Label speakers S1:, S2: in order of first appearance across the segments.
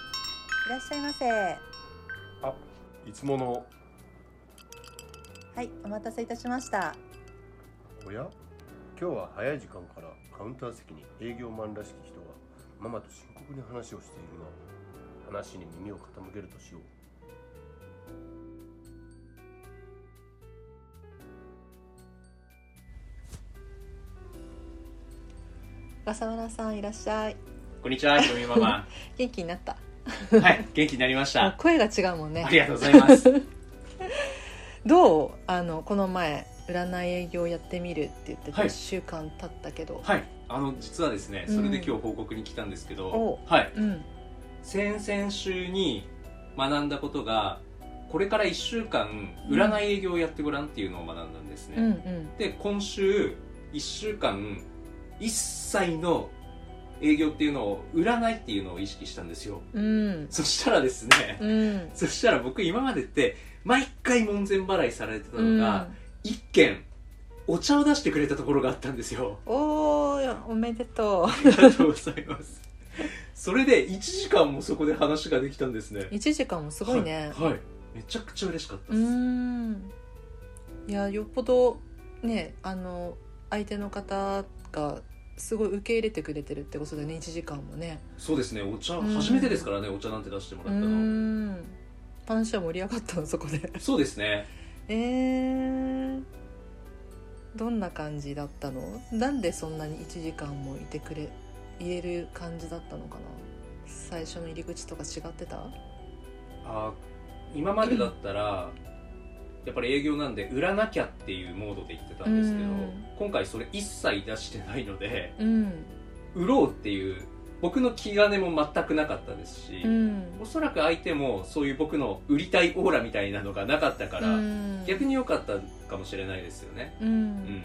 S1: いらっしゃいませはい
S2: あいつもの
S1: お待たせいたしました
S2: おや今日は早い時間からカウンター席に営業マンらしき人がママと深刻に話をしているな話に耳を傾けるとしよう
S1: 笠原さんいらっしゃい
S3: こんに ちは、ひろみママ。
S1: 元気になった
S3: はい、元気になりまし
S1: もう
S3: た。
S1: 声が違うもん
S3: あり
S1: ね
S3: がとうございます。
S1: どうあのこの前占い営業やってみるって言ってて、
S3: はい
S1: 1週間経ったけど、
S3: はい、あの、実はですね、それで今日報告に来たんですけど
S1: お、
S3: はい、
S1: うん
S3: 先々週に学んだことが、これから1週間、占い営業をやってごらんっていうのを学んだんですね。
S1: うんうん
S3: で、今週、1週間、一切の営業っていうのを、占いっていうのを意識したんですよ。
S1: うん
S3: そしたらですね、
S1: うん
S3: そしたら僕今までって、毎回門前払いされてた
S1: う
S3: のが、
S1: ん
S3: 一軒お茶を出してくれたところがあったんで すよ
S1: おーおめでと
S3: ありがとうございますそれで1時間もそこで話ができたんですね
S1: う1時間もすごいね、
S3: はい、はいめちゃくちゃ嬉しかった
S1: う
S3: で
S1: ー
S3: す、
S1: んいやよっぽどねあの相手の方がすごい受け入れてくれてるってことだよね1時間もね
S3: そうですねお茶
S1: うん
S3: 初めてですからねお茶なんて出しても
S1: う
S3: らったの
S1: ーん話は盛り上がったのそこで
S3: そうですね
S1: えー、どんな感じだったのなんでそんなに1時間もいてくれ言える感じだったのかな最初の入り口とか違ってた
S3: あ今までだったらやっぱり営業なんで売らなきゃっていうモードで言ってたんですけど
S1: うん
S3: 今回それ一切出してないので
S1: うん
S3: 売ろうっていう僕の気兼ねも全くなかったですし、
S1: うん
S3: おそらく相手もそういう僕の売りたいオーラみたいなのがなかったから、
S1: うん
S3: 逆に良かったかもしれないですよね
S1: う
S3: うんん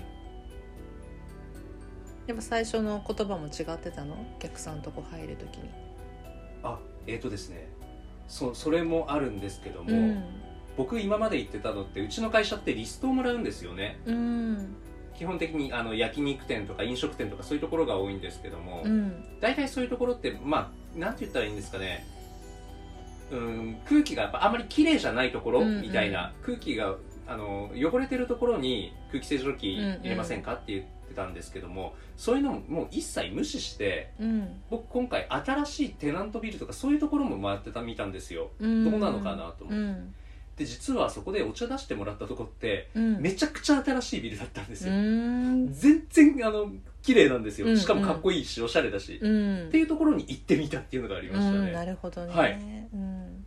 S1: やっぱ最初の言葉も違ってたのお客さんとこ入るときに
S3: あえっ、とですねそそれもあるんですけども、僕今まで言ってたのってうちの会社ってリストをもらうんですよね
S1: うん
S3: 基本的にあの焼肉店とか飲食店とかそういうところが多いんですけども、
S1: うん
S3: 大体そういうところってまあなんて言ったらいいんですかねうん空気がやっぱあんまり綺麗じゃないところ
S1: うんうん
S3: みたいな、空気があの汚れてるところに空気清浄機入れませんかって言ってたんですけどもそういうのももう一切無視して
S1: うん
S3: 僕今回新しいテナントビルとかそういうところも回ってた見たんですよ
S1: うん
S3: どうなのかなと思っ
S1: う
S3: て
S1: ん
S3: で実はそこでお茶出してもらったとこって
S1: うん
S3: めちゃくちゃ新しいビルだったんです
S1: う
S3: よ、
S1: ん
S3: 全然あの綺麗なんです
S1: うんう
S3: よ
S1: ん
S3: しかもかっこいいしおしゃれだし、
S1: う
S3: っ
S1: ん
S3: ていうところに行ってみたっていうのがありましたね、
S1: うんなるほどね
S3: はい
S1: うん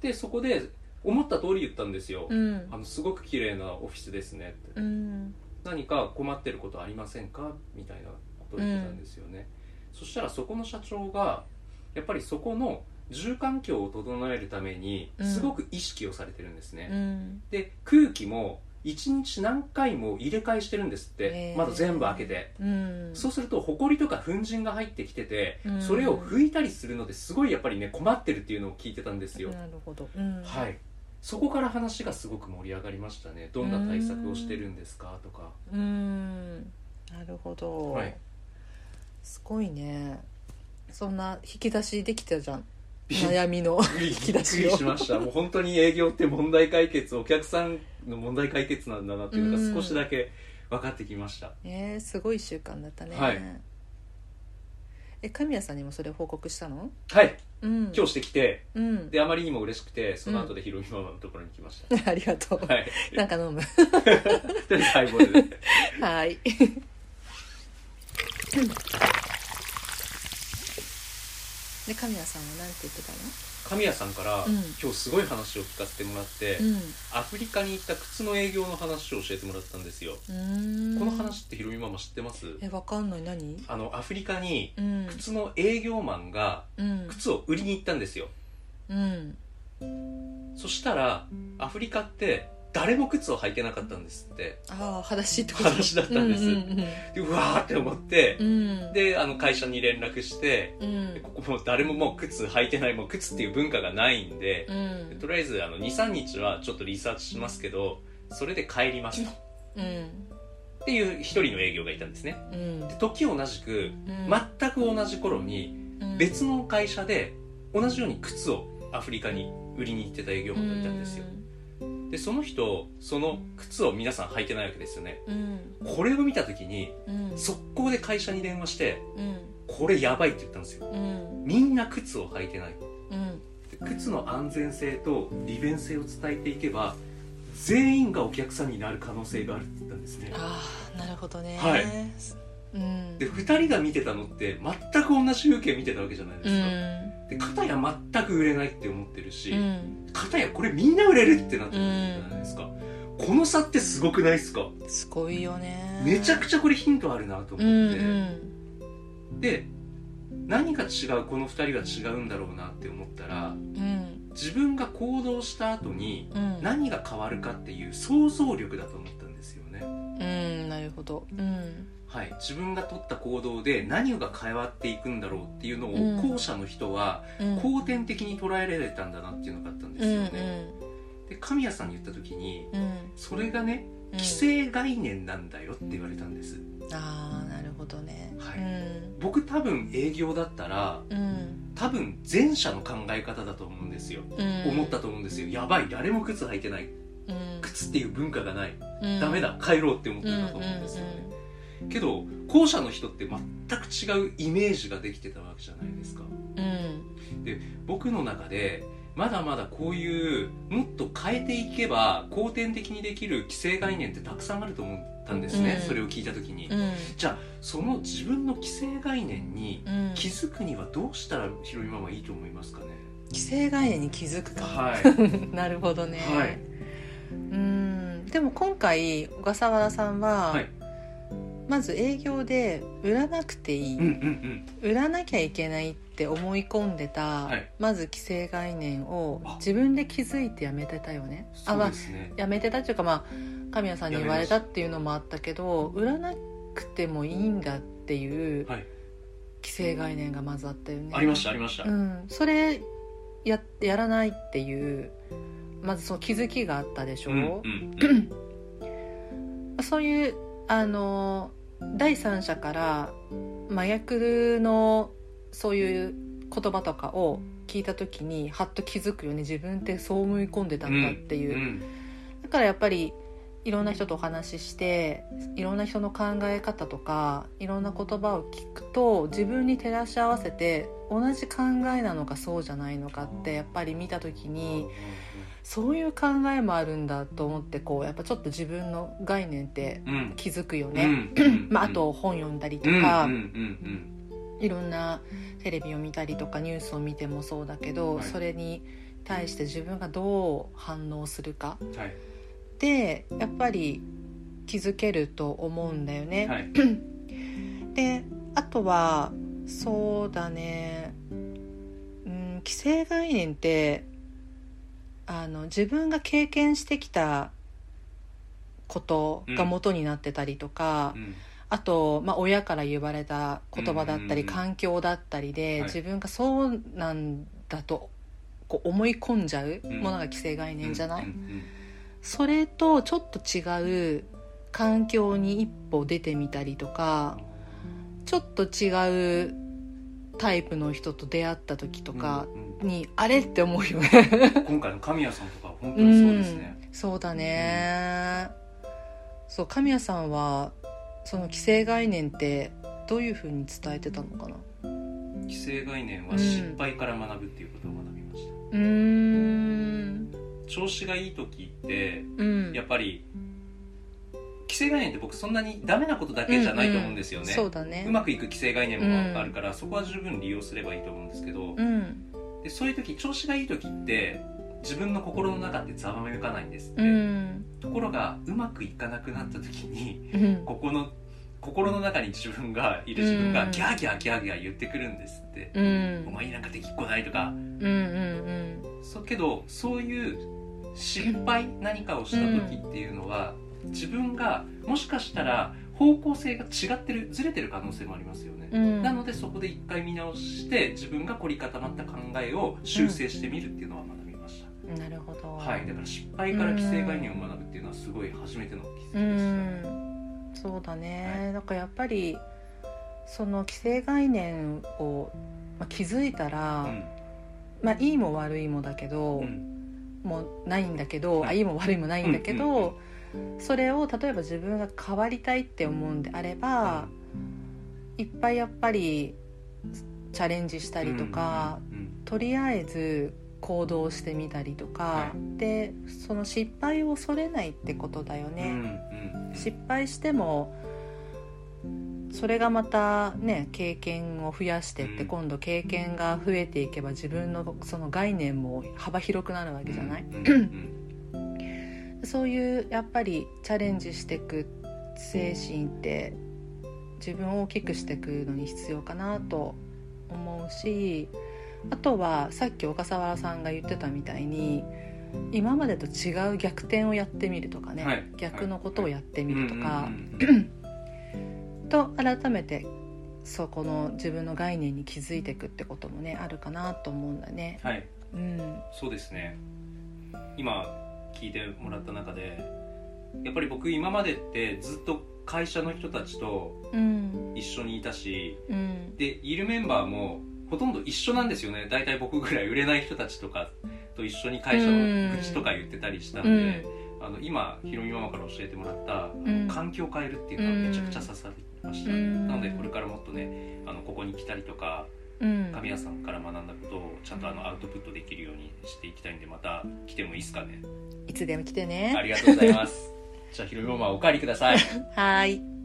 S3: でそこで思った通り言ったんですよ、
S1: うん
S3: あのすごく綺麗なオフィスですねっ
S1: う
S3: て、
S1: ん
S3: 何か困ってることありませんかみたいなことを言ってたんですよね、そしたらそこの社長がやっぱりそこの住環境を整えるために
S1: うん
S3: すごく意識をされてるんですね、
S1: うん
S3: で空気も1日何回も入れ替えしてるんですって
S1: へ、ー
S3: まだ全部開けて
S1: うん
S3: そうするとホコリとか粉塵が入ってきてて、
S1: うん
S3: それを拭いたりするのですごいやっぱりね困ってるっていうのを聞いてたんですよ、
S1: なるほどうん
S3: はいそこから話がすごく盛り上がりましたねどんな対策をしてるんですかとか
S1: うんなるほど
S3: はい
S1: すごいねそんな引き出しできたじゃん
S3: びっく
S1: 悩みの
S3: り
S1: 引き出しを
S3: びっくりしましたもう本当に営業って問題解決お客さんの問題解決なんだなっていうのが少しだけ分かってきました
S1: えー、すごい一週間だったね、
S3: はい
S1: え神谷さんにもそれを報告したの
S3: はい
S1: うん
S3: 今日してきて
S1: うん
S3: であまりにも嬉しくてその後でヒロミママのところに来まし た、
S1: ありがとう、
S3: はい
S1: なんか飲む
S3: とりあえずハイボー ルで
S1: はいで神谷さんは何て言ってたの
S3: 神谷さんから、
S1: うん
S3: 今日すごい話を聞かせてもらって、
S1: う
S3: アフリカに行った靴の営業の話を教えてもらったんですよ、
S1: んうーん
S3: この話ってヒロミママ知ってます
S1: えわかんない何
S3: あのアフリカに
S1: うん
S3: 靴の営業マンが
S1: うん
S3: 靴を売りに行ったんですよ
S1: うん
S3: そしたらアフリカって誰も靴を履いてなかったんですって
S1: ああ裸足ってこと
S3: 話だったんです
S1: うん
S3: でうわーって思って
S1: うんうん、うん、
S3: であの会社に連絡して
S1: うん
S3: でここもう誰ももう靴履いてないもう靴っていう文化がないんで
S1: う
S3: で
S1: ん
S3: とりあえずあの23日はちょっとリサーチしますけどそれで帰りますと
S1: うん
S3: っていう一人の営業がいたんですね
S1: うん
S3: で時同じく
S1: うん
S3: 全く同じ頃に別の会社で同じように靴をアフリカに売りに行ってた営業マンがいたんですよでその人その靴を皆さん履いてないわけですよね
S1: うん
S3: これを見た時に
S1: うん
S3: 速攻で会社に電話して
S1: うん
S3: これやばいって言ったんですよ
S1: うん
S3: みんな靴を履いてない
S1: うん
S3: で靴の安全性と利便性を伝えていけば全員がお客さんになる可能性があるって言ったんですね
S1: ああなるほどね
S3: はい
S1: うん
S3: で2人が見てたのって全く同じ風景見てたわけじゃないで
S1: う
S3: すか、
S1: ん
S3: で片や全く売れないって思ってるし、
S1: うん
S3: 片やこれみんな売れるってなってるじゃないですか、この差ってすごくないですか
S1: すごいよね
S3: めちゃく
S1: ち
S3: ちゃこれヒントあるなと思って、
S1: うんうん
S3: で何が違うこの2人が違うんだろうなって思ったら
S1: うん
S3: 自分が行動した後に
S1: うん
S3: 何が変わるかっていう想像力だと思ったんですよね
S1: うんなるほどうん
S3: はい自分が取った行動で何が変わっていくんだろうっていうの
S1: うん
S3: を後者の人は
S1: うん
S3: 後天的に捉えられたんだなっていうのがあったんですよね、で神谷さんに言った時に
S1: うんうんうん
S3: それがね既成概念なんだよって言われたんです
S1: ああなるほどね
S3: はい
S1: うん
S3: 僕多分営業だったら
S1: うん
S3: 多分前者の考え方だと思うんですよ
S1: うん
S3: 思ったと思うんですよやばい誰も靴履いてない
S1: うん
S3: 靴っていう文化がない
S1: うん
S3: ダメだ帰ろうって思ってたと思うんですよねけど後者の人って全く違うイメージができてたわけじゃないですか
S1: うんうん
S3: 僕の中でまだまだこういうもっと変えていけば後天的にできる既成概念ってたくさんあると思ったんですね、
S1: うん
S3: それを聞いた時に、
S1: うん
S3: その自分の既成概念に
S1: うん
S3: 気づくにはどうしたらひろみママいいと思いますかね
S1: 既成概念に気づくか
S3: はい、
S1: なるほどね、
S3: はい、
S1: うんでも今回小笠原さんは、
S3: はい
S1: まず営業で売らなくていい、
S3: うんうん
S1: 売らなきゃいけないって思い込んでた、
S3: はい
S1: まず既成概念を
S3: あ
S1: 自分で気づいてやめてたよね
S3: うん
S1: あ
S3: そう
S1: まあ
S3: ですね
S1: やめてたっていうかまあ神谷さんに言われたっていうのもあったけど売らなくてもいいんだっていう
S3: はい
S1: 既成概念がまずあったよね、
S3: ありましたありました、
S1: うん、それややらないっていうまずその気づきがあったでしょ、
S3: うんうん
S1: そういうあの第三者から麻薬のそういう言葉とかを聞いた時にはっと気づくよね自分ってそう思い込んでたんだっていうう、
S3: ん
S1: だからやっぱりいろんな人とお話ししていろんな人の考え方とかいろんな言葉を聞くと自分に照らし合わせて同じ考えなのかそうじゃないのかってやっぱり見た時にそういう考えもあるんだと思ってこうやっぱちょっと自分の概念って
S3: うん
S1: 気づくよ
S3: う
S1: ね。
S3: んうん
S1: まあ、あと本読んだりと
S3: うんうん
S1: か、
S3: うんうん
S1: いろんなテレビを見たりとかニュースを見てもそうだけど、
S3: はい
S1: それに対して自分がどう反応するか
S3: うんはい
S1: でやっぱり気づけると思うんだよね。
S3: はい
S1: であとはそうだね、うん、既成概念ってあの自分が経験してきたことが元になってたりとか、
S3: うん
S1: あと、まあ、親から言われた言葉だったり
S3: うんうんうん
S1: 環境だったりで、
S3: はい
S1: 自分がそうなんだとこう思い込んじゃうものが既成概念じゃない、
S3: うんうん
S1: それとちょっと違う環境に一歩出てみたりとかちょっと違うタイプの人と出会った時と
S3: うん
S1: か
S3: うん
S1: に、あれって思うよね。
S3: 今回の神谷さんとかは本当にそうですね、
S1: うん、そうだね、そう神谷さんはその既成概念ってどういうふうに伝えてたのかな
S3: 既成概念は失敗から学ぶっていうことを学びました、
S1: うーん
S3: 調子がいい時って
S1: うん
S3: やっぱり既成概念って僕そんなにダメなことだけじゃないと思うんですよね、
S1: そうだね
S3: うまくいく既成概念もあるから、そこは十分利用すればいいと思うんですけど、
S1: うん
S3: でそういう時調子がいい時って自分の心の中ってざわめかないんですって、
S1: うん
S3: ところがうまくいかなくなった時に
S1: うん
S3: ここの心の中に自分がいる自分
S1: う
S3: が
S1: ん
S3: ギャーギャーギャーギャー言ってくるんですって、
S1: うんうん
S3: お前になんかできっこないとか
S1: うんうん
S3: そうけどそういう失敗何かをした時っていうのは、自分がもしかしたら方向性が違ってるずれてる可能性もありますよね、
S1: うん
S3: なのでそこで一回見直して自分が凝り固まった考えを修正してみるっていうのは学びました、
S1: なるほど
S3: はい、だから失敗から既成概念を学ぶっていうのはすごい初めての気づき
S1: う
S3: でしたね、
S1: んそうだね、だからやっぱりその既成概念を、まあ、気づいたら、
S3: うん
S1: まあいいも悪いもだけど、
S3: うん
S1: もうないんだけど、
S3: うん
S1: あいいも悪いもないんだけど、
S3: うんうん
S1: それを例えば自分が変わりたいって思うんであれば、いっぱいやっぱりチャレンジしたりとか、
S3: うんうん
S1: とりあえず行動してみたりとか、
S3: は
S1: でその失敗を恐れないってことだよ
S3: うんうん
S1: ね。
S3: うんうん
S1: 失敗してもそれがまたね経験を増やしてって、
S3: うん
S1: 今度経験が増えていけば自分のその概念も幅広くなるわけじゃない、
S3: うんうん
S1: そういうやっぱりチャレンジしていく精神って自分を大きくしていくのに必要かなと思うしあとはさっき小笠原さんが言ってたみたいに今までと違う逆転をやってみるとかね、
S3: はい
S1: 逆のことをやってみるとか、
S3: うんうんうんうん
S1: と改めてそこの自分の概念に気づいていくってこともねあるかなと思うんだね。
S3: はい
S1: うん、
S3: そうですね今聞いてもらった中でやっぱり僕今までってずっと会社の人たちと
S1: うん、
S3: 一緒にいたし
S1: うん、
S3: でいるメンバーもほとんど一緒なんですよね大体僕ぐらい売れない人たちとかと一緒に会社の愚痴とか言ってたりしたので、
S1: うん
S3: あの今ひろみママから教えてもらった、
S1: ん
S3: 環境を変えるっていうのはめちゃくちゃ刺さりました、
S1: うん
S3: なのでこれからもっとねあのここに来たりとか
S1: うん、
S3: 神谷さんから学んだことをちゃんとあのアウトプットできるようにしていきたいんでまた来てもいいですかね
S1: いつでも来て
S3: あ
S1: ね。
S3: りがとうございますじゃあひろみママお帰りください
S1: はーい。